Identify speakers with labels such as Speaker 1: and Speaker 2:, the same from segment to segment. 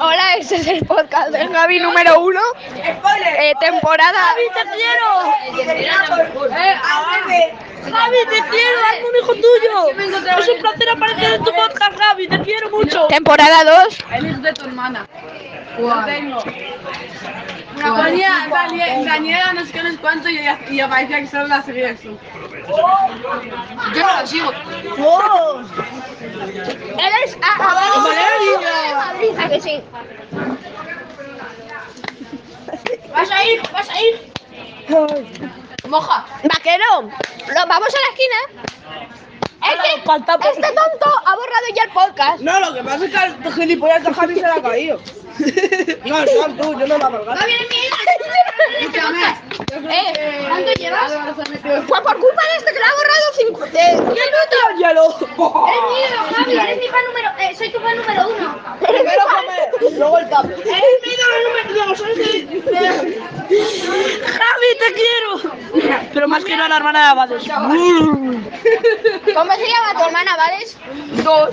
Speaker 1: Hola, este es el podcast del Gaby número uno. Eh, temporada.
Speaker 2: ¡Javi, te quiero!
Speaker 3: Eh,
Speaker 2: ¡Javi, te quiero! ¡Hazme un hijo tuyo! Es un placer aparecer en tu podcast, Javi. Te quiero mucho.
Speaker 1: Temporada 2.
Speaker 4: Él es de tu hermana. Yo tengo. Una ponía Danie- Daniela, no sé qué, no sé cuánto, y, y aparecía que solo la seguía eso. Yo no la sigo.
Speaker 1: Él es. Ah, ah, vale, sí, ah, que sí.
Speaker 4: ¡Vas a ir! ¡Vas a ir! ¡Moja!
Speaker 1: Vaquero, nos vamos a la esquina. Es que
Speaker 2: falta-
Speaker 1: este tonto ha borrado ya el podcast.
Speaker 3: No, lo que pasa es que al gilipollas de Javi se la ha caído. No, no, tú, yo no la colgado.
Speaker 1: Eh, ¿cuánto llevas? Fue por culpa de este que lo ha borrado cinco. de-
Speaker 3: ¡Ya lo!
Speaker 5: Javi, eres mi fan número. eh, soy tu fan número uno.
Speaker 3: Primero comer, luego el café.
Speaker 2: ¡Javi, te quiero! Pero más quiero a la hermana de Abades.
Speaker 1: ¿Cómo se llama tu hermana, Vales? Dos.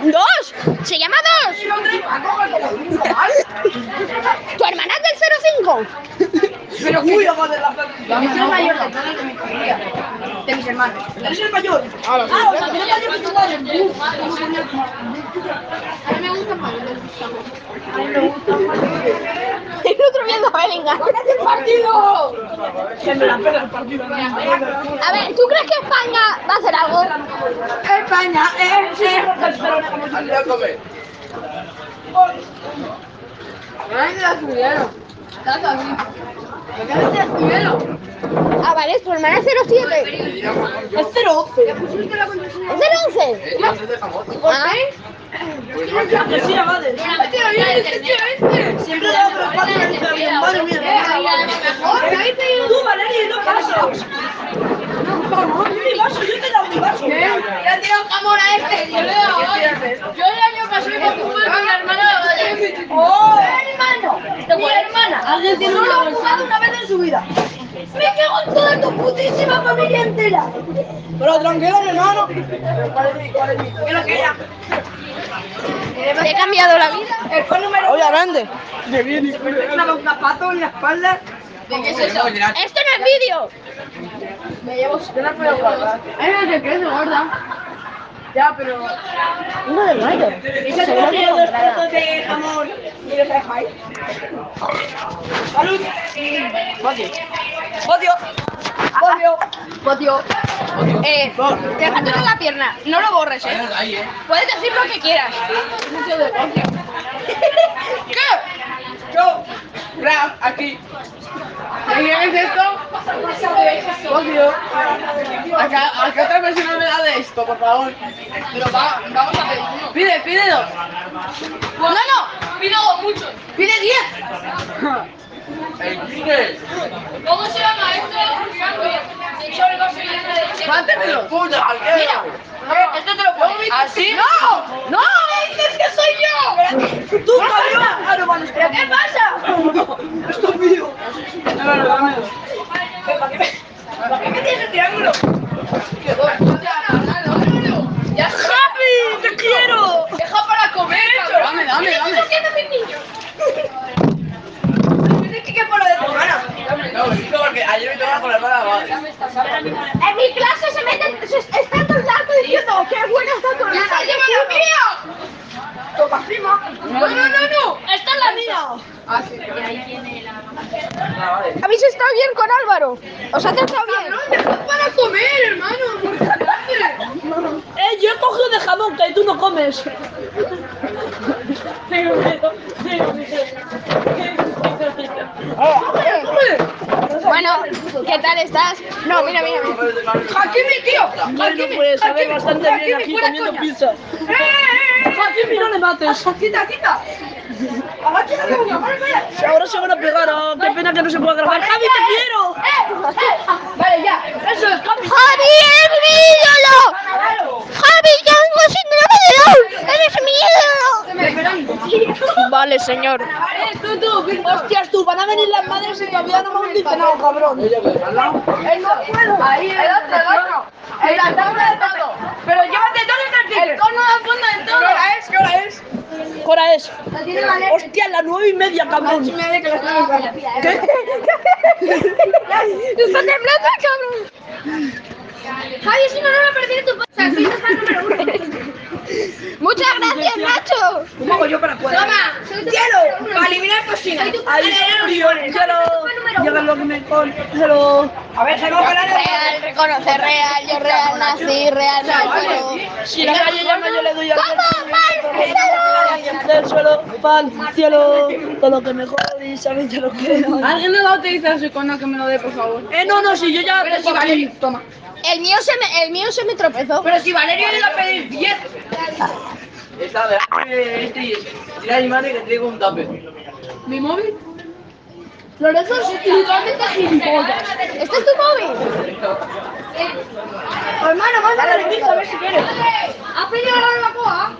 Speaker 1: ¿Dos? ¿Se llama Dos? ¿Tu hermana es del 05?
Speaker 3: Uy, hijo de la perra.
Speaker 4: Yo soy mayor de todos de mi familia. De mis hermanos.
Speaker 3: ¿Eres el mayor? Ahora
Speaker 2: Ah,
Speaker 3: sí.
Speaker 4: A mí me gusta más. me gusta más.
Speaker 1: El otro viendo Bellingham.
Speaker 3: Que me la pela el partido.
Speaker 1: A ver, ¿tú crees que España va a hacer algo?
Speaker 3: España, eh, sí. a comer.
Speaker 4: Ay, me la subieron. Estás así. ¿Por qué no te la subieron?
Speaker 1: Ah, vale, tu hermana es 07.
Speaker 3: Es 011.
Speaker 4: Pusiste la contraseña.
Speaker 1: ¿Es del 11? Ah,
Speaker 3: Que sí, Abades.
Speaker 4: Este lo viene, este, este.
Speaker 3: Siempre da otro espacio en el bien. Madre mía. Tú, Valeria, no pasas. Por favor, yo mi vaso, yo te doy mi vaso.
Speaker 4: Le ha tirado jamón a este. Yo le he dado hoy. Yo el año pasado iba a jugar con la hermana de
Speaker 3: ¡Oh!
Speaker 4: Mi hermana.
Speaker 2: Alguien tiene
Speaker 4: Solo
Speaker 2: una
Speaker 4: ha
Speaker 2: bolsa.
Speaker 4: jugado una vez en su vida.
Speaker 5: Me cago en toda tu putísima familia entera.
Speaker 3: Pero tranquilo, mi hermano.
Speaker 1: ¿Te he cambiado la vida?
Speaker 3: Oye, grande.
Speaker 4: ¿De qué es eso?
Speaker 1: ¡Esto no es vídeo!
Speaker 4: Ay, no te crees, gorda. Ya, pero.
Speaker 3: dos platos de jamón y los dejáis. ¡Salud! ¡Odio! ¡Odio!
Speaker 4: Potio.
Speaker 1: Eh, déjatelo en la pierna. No lo borres, ¿eh? Puedes decir lo que quieras. ¿Qué?
Speaker 3: ¡Yo! ¡Rap! ¡Aquí!
Speaker 4: ¿Qué es esto? Potio.
Speaker 3: Acá, acá otra persona me da de esto, por favor.
Speaker 4: Pero va, vamos a pedir uno.
Speaker 3: Pide, pide dos.
Speaker 4: No, no. Pido mucho.
Speaker 3: Pide diez.
Speaker 4: ¿Cómo se llama esto? De hecho, el vaso lleno de leche.
Speaker 3: Mátatelos.
Speaker 4: Mira, esto te lo pongo. ¿Así? ¡No! ¡No! ¡Dices que soy yo!
Speaker 3: ¡Tú, cabrón! Ah, no, vale, espera.
Speaker 4: ¿Qué pasa?
Speaker 3: No, Esto es mío. No, no, no, dámelo. ¿Para qué me- para qué me tienes el triángulo?
Speaker 4: ¡Ya
Speaker 2: ¡Javi, te quiero!
Speaker 4: ¡Deja para comer!
Speaker 3: Dame, dame, dame. No, es porque ayer me tocaba con la hermana madre.
Speaker 5: En mi clase se meten. Se están todo el rato diciendo qué buena está tu hermana.
Speaker 4: ¡Ya lleva la mía! ¡Toma, prima! ¡No, no, no, no! ¡Esta es la mía! Ah, sí.
Speaker 1: ¿Habéis estado bien con Álvaro? ¿Os ha tratado bien?
Speaker 4: ¡No, deja para comer, hermano! ¿Por qué haces?
Speaker 2: Eh, yo he cogido de jamón, que tú no comes.
Speaker 1: Ah. Bueno, ¿qué tal estás? No, mira, mira, mira.
Speaker 4: ¡Hakimi, tío!
Speaker 2: Bueno,
Speaker 4: ¡Hakimi!
Speaker 2: pues a ver,
Speaker 4: Hakimi,
Speaker 2: bastante bien
Speaker 4: Hakimi,
Speaker 2: aquí
Speaker 4: fuera
Speaker 2: comiendo
Speaker 4: coña.
Speaker 2: pizza.
Speaker 4: ¡Eh, eh, eh!
Speaker 2: Javi, no le mates.
Speaker 4: ¡Quita, quita! eh!
Speaker 2: Ahora se van a pegar. ah, qué pena que no se pueda grabar. Javi, te quiero.
Speaker 4: Vale, ya. Eso es Javi.
Speaker 1: ¡Javi, es mi ídolo! ¡Javi, tengo síndrome de Down! ¡Eres mi ídolo! Vale, señor.
Speaker 4: Eh, tú, tú, Víctor.
Speaker 2: Hostias, tú, van a venir las madres y todavía no me han dicho nada, cabrón.
Speaker 4: El no puedo. Ahí, el otro, el otro. En la tabla de todo. Pero llévate todo el El cono de fondo del todo.
Speaker 3: ¿Qué hora es? ¿Qué hora es?
Speaker 2: ¿Qué hora es?
Speaker 5: Lo tiene Valeria.
Speaker 2: Hostia, las nueve y media, cabrón.
Speaker 1: Está temblando el cabrón.
Speaker 5: Javi, si no, no lo perdí tu bolsa. Sí, está el número uno.
Speaker 1: Muchas gracias, Nacho.
Speaker 2: ¿Cómo hago yo para cuadrar?
Speaker 5: Toma, soy tu
Speaker 2: ¡Hielo!
Speaker 5: número
Speaker 2: Para
Speaker 5: uno.
Speaker 2: eliminar cocina.
Speaker 5: Soy tu
Speaker 2: Ahí,
Speaker 5: padre,
Speaker 2: hielo,
Speaker 5: número
Speaker 2: hielo.
Speaker 5: uno.
Speaker 2: Llévalo que me con. Hielo. A ver, se va a
Speaker 1: Real, reconoce real, yo real nací, real nací.
Speaker 2: Si la calle llama, yo le doy al
Speaker 1: ¿Cómo? ¡Pal!
Speaker 2: del suelo, pan, cielo, todo lo que me jode y saben que lo que
Speaker 4: ¿Alguien no va a utilizar su icono que me lo dé, por favor?
Speaker 2: Eh, no, no, si yo ya tengo aquí.
Speaker 4: toma.
Speaker 1: El mío se me, el mío se me tropezó.
Speaker 4: Pero si Valeria le iba a pedir 10.
Speaker 6: Esta de eh, este y este. Dile a mi madre que traigo un tupper.
Speaker 4: ¿Mi móvil?
Speaker 1: Lorenzo es totalmente gilipollas. ¿Este es tu móvil?
Speaker 2: Hermano, mándale el grito, a ver si quieres.
Speaker 5: ¿Has pedido la barbacoa?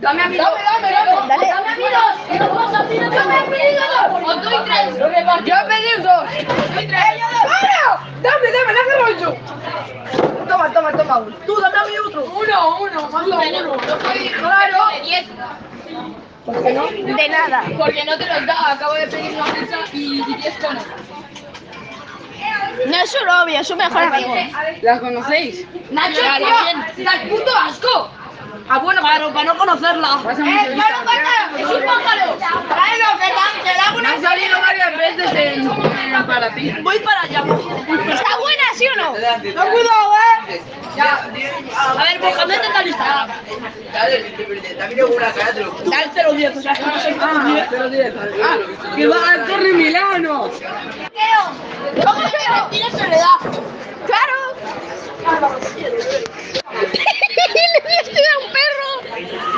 Speaker 4: Dame a mi Dame, dame,
Speaker 1: Dale.
Speaker 5: Dame a mí dos. Los dos han pedido dos. Os doy tres.
Speaker 4: Yo he pedido dos. ¡Para! Dame, dame, dame yo.
Speaker 2: Toma, toma, toma. uno. Tú, dame a mí otro.
Speaker 4: Uno, uno, más uno. Claro.
Speaker 1: De nada.
Speaker 4: Porque no te los da. Acabo de pedir una pizza y 10 conos.
Speaker 1: No es su novio, es su mejor amigo.
Speaker 4: ¿Las conocéis?
Speaker 5: Nacho,
Speaker 4: Claro,
Speaker 5: tío, das puto asco.
Speaker 4: Ah, bueno,
Speaker 2: Claro, para no conocerla.
Speaker 4: Pasa
Speaker 5: Eh, claro, pájaro, es un pájaro. Tráelo, que te- te da
Speaker 4: Me
Speaker 5: una
Speaker 4: han salido varias veces en, en para ti.
Speaker 2: Voy para allá.
Speaker 1: ¿Está buena, sí o no?
Speaker 6: Adelante.
Speaker 2: cuidado, eh.
Speaker 6: Ya,
Speaker 2: A ver, Mohamed está lista.
Speaker 6: dale, también hago una cara, te lo juro.
Speaker 2: Dale 0 10, o sea, que no soy
Speaker 4: Ah,
Speaker 2: tan
Speaker 4: pero tienes. Ah, que va al Torre Milano.
Speaker 1: ¿Cómo que no? Tiene soledad. Claro. Le di este a un perro.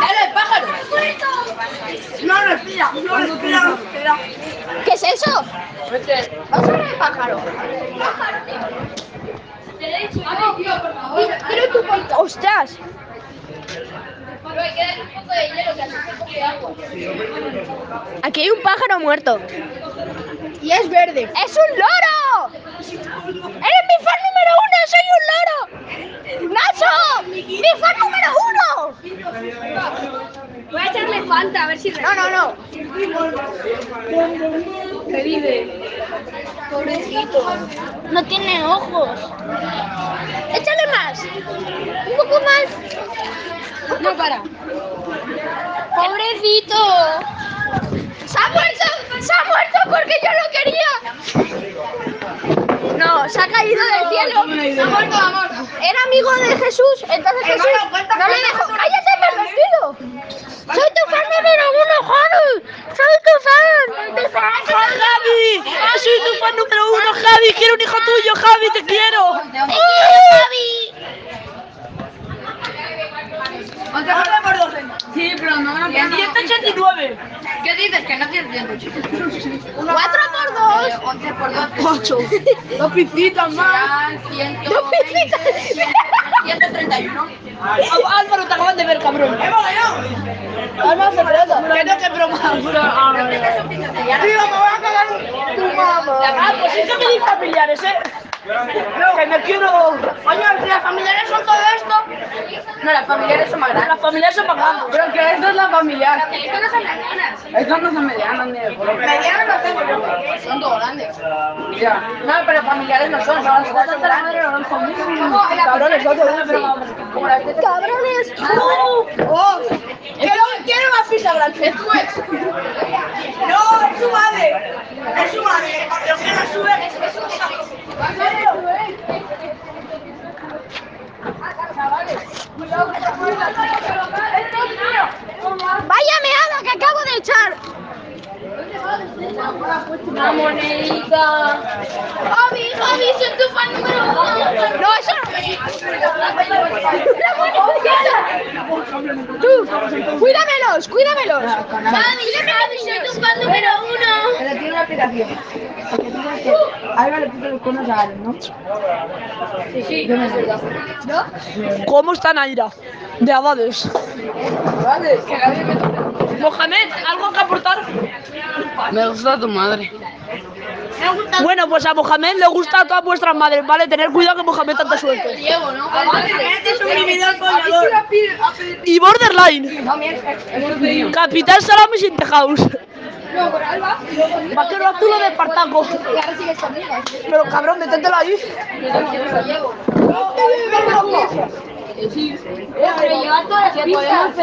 Speaker 5: Dale, pájaro.
Speaker 2: No respira, no respira, no respira.
Speaker 1: ¿Qué es eso? Vamos a ver el pájaro.
Speaker 5: Vamos, tío, por favor.
Speaker 1: Quiero tu bolsa. Ostras.
Speaker 5: Pero hay que darle un poco de hielo, que así se coge agua.
Speaker 1: Aquí hay un pájaro muerto. Y es verde. ¡Es un loro! ¡Eres mi fan número uno! ¡Soy un loro! ¡Nacho! ¡Mi fan número uno!
Speaker 5: Voy a echarle Fanta, a ver si
Speaker 1: No, no, no.
Speaker 5: ¿Qué dice?
Speaker 1: No tiene ojos. Échale más. Un poco más. No para. Pobrecito. Se ha muerto. Se ha muerto porque yo lo quería. No, se ha caído del cielo. Se ha muerto, amor. Era amigo de Jesús. Entonces Jesús no le dejó. ¡Cállate, pervertido! Soy tu fan número uno, Juan. Soy tu fan. Soy tu fan.
Speaker 2: ¡Javi! ¡Soy tu fan número uno, Javi! ¡Quiero un hijo tuyo, Javi! ¡Te quiero!
Speaker 1: ¡Te quiero, Javi!
Speaker 4: Sí, pero no, no, no.
Speaker 2: 189.
Speaker 4: ¿Qué dices? Que no tienes tiempo.
Speaker 1: 4 por 2.
Speaker 4: 11 por 12.
Speaker 2: 8. Dos pizzitas más.
Speaker 4: Serán 100.
Speaker 1: Dos pizzitas.
Speaker 4: 131.
Speaker 2: Álvaro, te acaban de ver, cabrón. ¡Hemos ganado! Álvaro se pelota. Que no te bromas. Tío, me voy a cagar un- tu mamá. Ah, pues sí que me di familiares, ¿eh? Que me quiero. Oye, si las familiares son todo esto.
Speaker 4: No, las familiares son más grandes.
Speaker 2: Las familiares son más grandes.
Speaker 4: Pero que esto es la familiar.
Speaker 5: Esto no son las ganas.
Speaker 4: Estos no son medianos ni de color. Medianos no tengo yo. Son todos grandes. Ya. No, pero familiares no son. Son los son grandes. Cabrones, son todos grandes. Como la gente-
Speaker 1: Cabrones.
Speaker 2: ¡Oh! Quiero, quiero más pizza grande.
Speaker 3: No, es su madre. Es su madre. Cuando que la sube, es es su hija.
Speaker 1: Vaya meada que acabo de echar.
Speaker 5: Una monedita.
Speaker 1: Javi, Javi, soy tu fan número uno. No, eso no. La monedita. Tú, cuídamelos, cuídamelos.
Speaker 4: Ah,
Speaker 5: Javi, Javi, soy tu fan número uno.
Speaker 4: Pero tiene una aplicación. Porque tú sabes que Álvaro le puso los conos a Aaron, ¿no? Sí, sí. Yo me acuerdo.
Speaker 2: ¿Cómo está Naira? De Abades.
Speaker 4: Vale, que nadie me toque.
Speaker 2: Mohamed, ¿algo que aportar?
Speaker 4: Me gusta tu madre.
Speaker 2: Bueno, pues a Mohamed le gusta a todas vuestras madres, ¿vale? Tener cuidado que Mohamed tanta suerte.
Speaker 1: Diego, ¿no?
Speaker 3: Este es un vividor follador.
Speaker 2: Y Borderline. Capitán Salami sin House. Vaquero Arturo de Espartaco. Pero cabrón, deténtelo ahí.
Speaker 1: Pero lleva todas las pistas.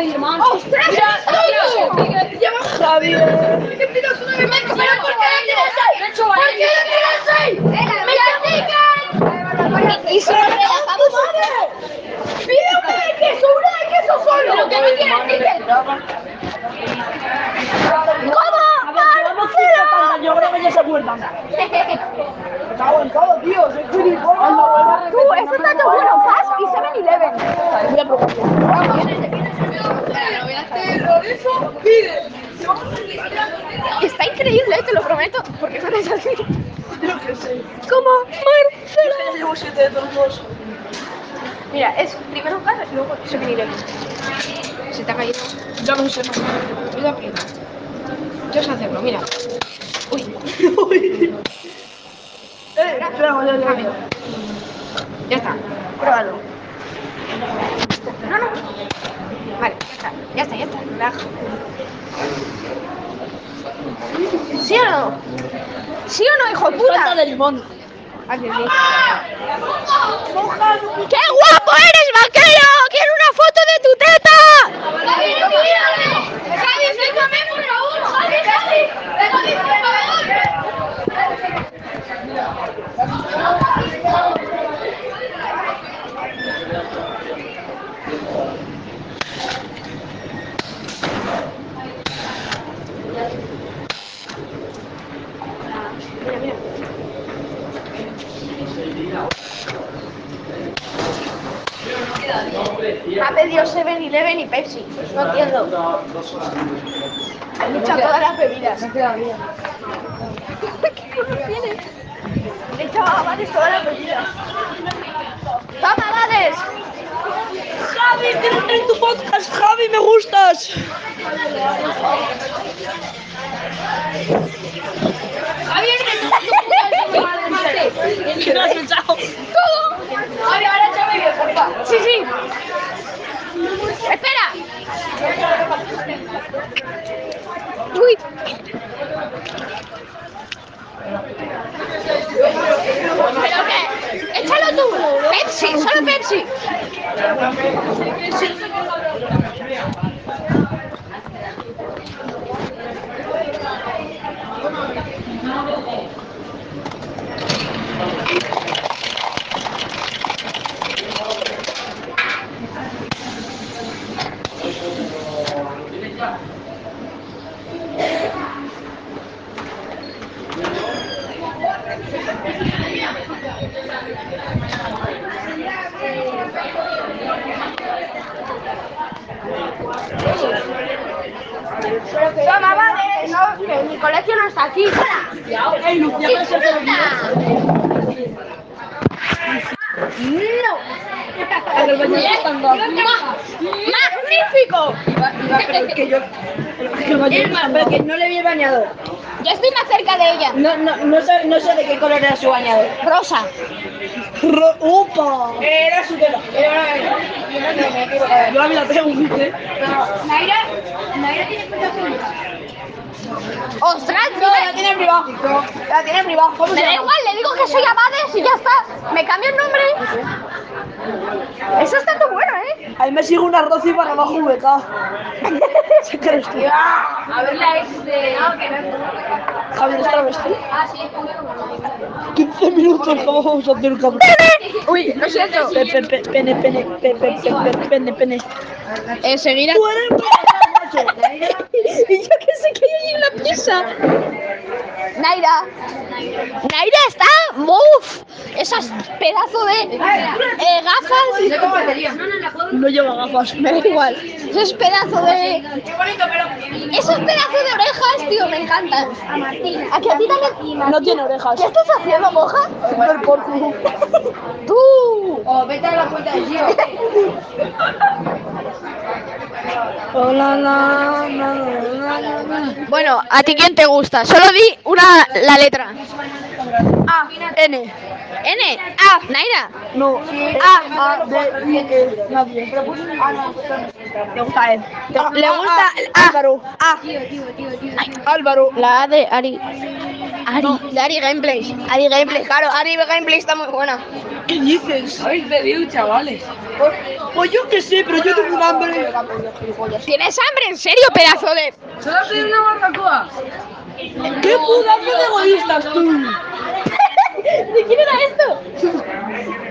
Speaker 1: ¡Ostras, estoy yo!
Speaker 2: Javier.
Speaker 1: ¡Pero por qué le tiras ahí! ¿Por qué le tiras ahí? ¡Me castigan! ¡Y solo le dejamos madre! ¡Pide una de queso, una de queso solo! ¡Pero que no quieres ticket! ¿Cómo? ¡Marcelo!
Speaker 2: Yo creo que ya se acuerdan. Me cago en todo, tío. Soy
Speaker 1: Tú, esto está tan bueno, Fast y 7-Eleven. Está increíble, te lo prometo, porque son esas así.
Speaker 2: Yo qué sé.
Speaker 1: ¿Cómo? Marcelo.
Speaker 2: Yo llevo siete de todos.
Speaker 1: Mira, es primero un carro y luego 7-Eleven. Se te ha caído.
Speaker 2: Ya no sé más.
Speaker 1: Ayuda a prima. Yo sé hacerlo, mira. Uy,
Speaker 2: Eh, espera, ya, ya, ya.
Speaker 1: ya está.
Speaker 2: Pruébalo.
Speaker 1: No, no. Vale, ya está, ya está, ya está. Relaja. ¿Sí o no? ¿Sí o no, hijo de puta?
Speaker 2: Falta de limón.
Speaker 1: Ah, que sí. ¡Qué guapo eres, vaquero! ¡Quiero una foto de tu teta! Ha pedido 7-Eleven y Pepsi.
Speaker 3: Ah.
Speaker 1: No entiendo. Han echado todas las bebidas. ¿Qué color tiene? Le he echado a Vales todas las bebidas. ¡Toma, Vales!
Speaker 2: Javi, quiero en tu podcast. Javi, me gustas.
Speaker 1: ¡Javier, que
Speaker 2: ¿Qué te has
Speaker 1: ¡Todo!
Speaker 2: pensado?
Speaker 1: Ahora, ahora échame bien, porfa. Sí, sí. ¡Espera! ¡Uy! ¿Pero qué? ¡Échalo tú! ¡Pepsi! ¡Solo Pepsi! ¡Toma, vale! No, que mi colegio no está aquí. ¡Disfruta! ¡No! ¡Ma- ¡Magnífico!
Speaker 2: Que yo. El pero que no le vi el bañador.
Speaker 1: Yo estoy más cerca de ella.
Speaker 2: No, no, no, sé, no sé de qué color era su bañador.
Speaker 1: Rosa.
Speaker 2: Ro- ¡Upa! Era su tela. Yo la vi la tengo, ¿eh?
Speaker 1: ¡Ostras!
Speaker 2: La tiene en privado. La tiene en privado. ¿Cómo
Speaker 1: Me
Speaker 2: se
Speaker 1: da
Speaker 2: llama?
Speaker 1: igual, le digo que soy Abades y ya está. Me cambio el nombre. Eso está tan bueno, ¿eh?
Speaker 2: Ahí me sigue un arroz y para abajo VK. ¿Qué crees tú?
Speaker 1: A ver la ex de... No, que
Speaker 2: Javier, está vestido.
Speaker 1: Ah, sí.
Speaker 2: 15 minutos, ¿cómo vamos a hacer un cabrón?
Speaker 1: Uy, lo siento.
Speaker 2: Pe- pe- pe- Pene, pene, pe- pe- pe- pe- pene, pene.
Speaker 1: Eh, seguir a...
Speaker 2: Tú eres un cabrón, macho.
Speaker 1: Y yo que sé que hay una pieza. Naira. Naira está move. Esas pedazo de eh, gafas.
Speaker 2: No lleva gafas.
Speaker 1: Me da igual. Esos pedazo de. Esos pedazos de orejas, tío, me encantan. ¿A que a ti también?
Speaker 2: No tiene orejas.
Speaker 1: ¿Qué estás haciendo, moja? Oh,
Speaker 2: Por porco.
Speaker 1: ¡Tú!
Speaker 2: Hola, la, la, la, la, la.
Speaker 1: Bueno, ¿a ti quién te gusta? Solo di una la letra. A, N. N, A, Naira.
Speaker 2: No, A, A, D, I, E, nadie. Le gusta él.
Speaker 1: Le gusta A,
Speaker 2: Álvaro.
Speaker 1: A.
Speaker 2: Álvaro.
Speaker 1: ah, La A de Ari. Ari, de Ari Gameplays. Ari Gameplays, claro, Ari Gameplays está muy buena.
Speaker 2: ¿Qué dices?
Speaker 4: Habéis bebido, chavales.
Speaker 2: Pues yo qué sé, pero yo tengo un hambre.
Speaker 1: ¿Tienes hambre? ¿En serio, pedazo de...?
Speaker 4: Solo pedí una barbacoa.
Speaker 2: ¡Qué pudazo de egoístas tú!
Speaker 1: ¿De quién era esto?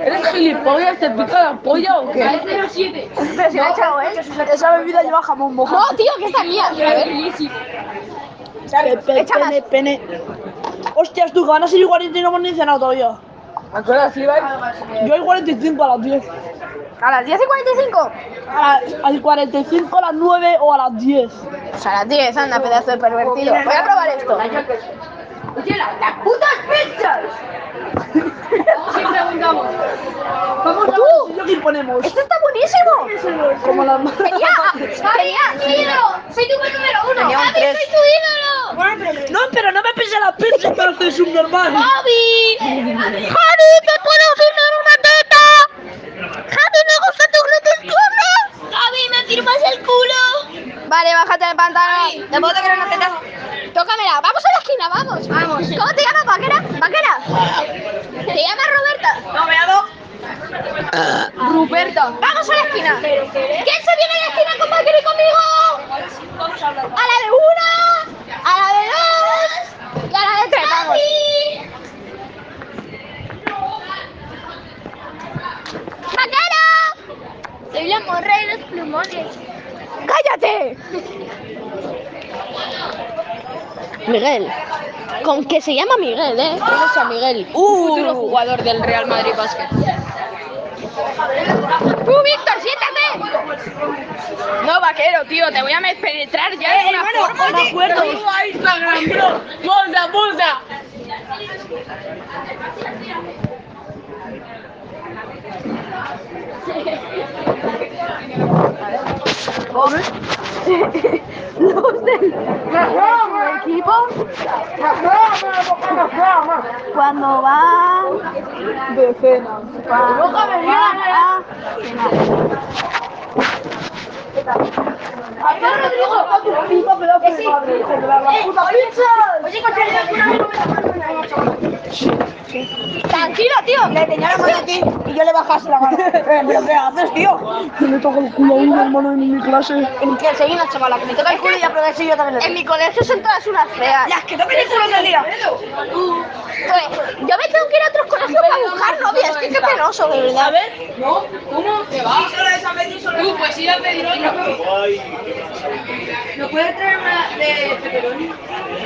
Speaker 4: ¿Eres gilipollas? ¿Te pica la polla o qué?
Speaker 2: Pero si la he echado, ¿eh? Esa bebida lleva jamón mojado.
Speaker 1: No, tío, que esta es mía. A ver.
Speaker 2: Ah, Pe- pe-
Speaker 1: Echa más.
Speaker 2: Pene, pene. Hostias, tú, que van a ser 40 y no hemos ni cenado todavía.
Speaker 4: ¿Me acuerdas, Ibai?
Speaker 2: Yo hay 45 a las 10.
Speaker 1: A las 10 y 45.
Speaker 2: A la- Al 45 a las 9 o a las 10.
Speaker 1: Pues a las 10, anda, pedazo de pervertido. Voy a probar esto.
Speaker 3: Oye, la- las putas pizzas.
Speaker 1: ¡Tú!
Speaker 2: ¿Yo qué ponemos?
Speaker 1: ¡Esto está buenísimo!
Speaker 2: Como las
Speaker 1: ¡Tenía! ¡Tenía!
Speaker 5: ¡Soy tu fan número uno!
Speaker 2: Tenía un
Speaker 5: ¡Javi,
Speaker 2: tres.
Speaker 5: soy tu ídolo!
Speaker 2: No, pero no me pise la pizza, pero soy subnormal.
Speaker 5: ¡Javi!
Speaker 1: ¡Javi, te puedo firmar una teta! ¡Javi, me gusta tu gluten turno!
Speaker 5: ¡Javi, me firmas el culo!
Speaker 1: Vale, bájate del pantalón. ¿Te puedo tocar una teta? Tócamela. Vamos a la esquina, vamos. Vamos. ¿Cómo te llamas, vaquera? ¿Vaquera? ¿Te llamas Roberta?
Speaker 3: No, me hago.
Speaker 1: Ruperto. Vamos a la esquina. ¿Quién se viene a la esquina con vaquero y conmigo? A la de una, a la de dos y a la de tres. Vamos. ¡Vaquera!
Speaker 5: Soy la morra de los plumones.
Speaker 1: ¡Cállate! Miguel. Con que se llama Miguel, ¿eh? Tenemos a Miguel. futuro jugador del Real Madrid Basket. ¡Tú, Víctor, siéntate! No, vaquero, tío, te voy a penetrar ya de alguna forma.
Speaker 2: No me acuerdo.
Speaker 4: ¡Tú a Instagram, bro! ¡Bolsa, bolsa!
Speaker 1: equipo cuando va
Speaker 2: De cena.
Speaker 1: a
Speaker 2: Aquí Rodrigo está tu puta pedazo de madre, hijo de la gran puta pizza.
Speaker 3: Oye, con el culo me come la mano en la noche.
Speaker 1: tranquilo tío
Speaker 2: Le tenía la mano aquí y yo le bajase la mano. Eh, ¿Pero qué haces, tío? Que le toco el culo a un hermano en mi clase.
Speaker 1: que soy una chavala que me toca el culo y
Speaker 2: aprovecho y yo también
Speaker 1: en mi colegio son todas unas feas
Speaker 2: Las que toquen el culo del día.
Speaker 1: Pues, yo me tengo que ir a otros colegios para buscar novias que qué penoso de verdad
Speaker 4: ¿No? ¿Cómo? ¿Te va? Tú, pues ir a pedir otra.
Speaker 3: ¿No puedes traer una de pepperoni?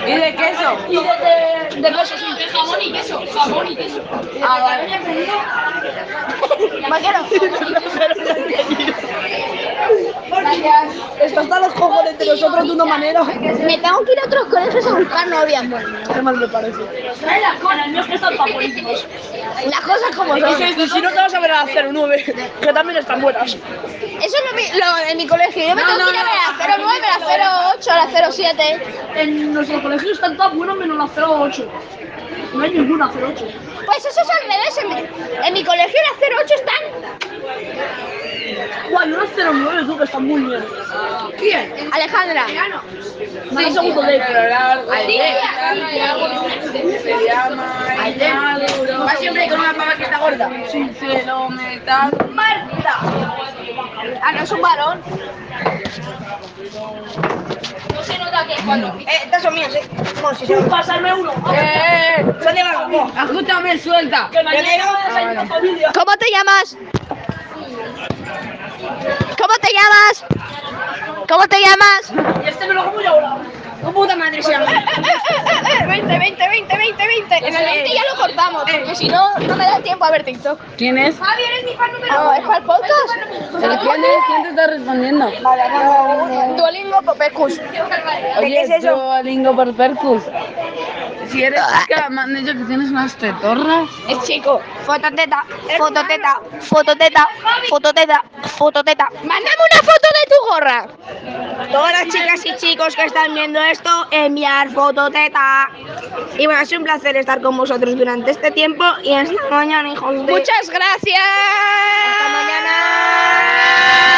Speaker 4: ¿Y de queso?
Speaker 3: Y de...
Speaker 4: De queso, sí. De jamón y queso. Jamón y queso.
Speaker 3: Ah, vale. pedido?
Speaker 2: Esto está a los cojones de nosotros de una manera.
Speaker 1: me tengo que ir a otros colegios a buscar novias
Speaker 2: Qué mal me parece.
Speaker 3: Trae las conas, no es que están favoritos.
Speaker 1: las cosas como son eso
Speaker 2: Y si no te vas a ver a hacer un 9, que también están buenas.
Speaker 1: es lo, mi- lo- en mi colegio yo me tengo que ir a ver a la 09 a la 08 a la 07
Speaker 3: En nuestro colegio están todas buenas menos la 08. No hay ninguna 08.
Speaker 1: pues eso es al revés en mi, en mi colegio las 08 están
Speaker 2: Guay, unas 09 tú que están muy bien.
Speaker 1: Alejandra,
Speaker 2: Más segundo de
Speaker 4: Se llama Inmaduro.
Speaker 3: Va siempre con una mamá que está gorda.
Speaker 4: Sincero, metal.
Speaker 1: ah, no es un varón.
Speaker 2: estas son mías, eh. Bueno, si
Speaker 3: Quiero pasarme uno.
Speaker 4: ¡Eh!
Speaker 2: Son de Garbo.
Speaker 4: Ajútame, suelta.
Speaker 3: Que mañana voy a salir con familia.
Speaker 1: ¿Cómo te llamas? ¿Cómo te llamas? ¿Cómo te llamas?
Speaker 3: Y este me lo como yo ahora. ¡Qué puta madre se llama!
Speaker 1: Eh, eh, eh, eh, 20, 20, 20, 20, 20. En el 20 ya lo cortamos, porque si no, no me da tiempo a ver TikTok.
Speaker 4: ¿Quién es?
Speaker 5: Javi, eres mi fan número
Speaker 1: No,
Speaker 5: uno.
Speaker 1: es para el
Speaker 4: ¿Pero
Speaker 1: podcast.
Speaker 4: quién es? ¿Quién te está respondiendo?
Speaker 1: Duolingo Popecus.
Speaker 4: Oye,
Speaker 1: es eso?
Speaker 4: Duolingo Perpercus. Si eres chica, me han dicho que tienes unas tetorras.
Speaker 1: Es chico. Fototeta, fototeta, fototeta, fototeta, fototeta. Mándame una foto de tu gorra.
Speaker 5: Todas las chicas y chicos que están viendo esto, enviar fototeta. Y bueno, ha sido un placer estar con vosotros durante este tiempo y hasta mañana, hijos de...
Speaker 1: Muchas gracias.
Speaker 5: Hasta mañana.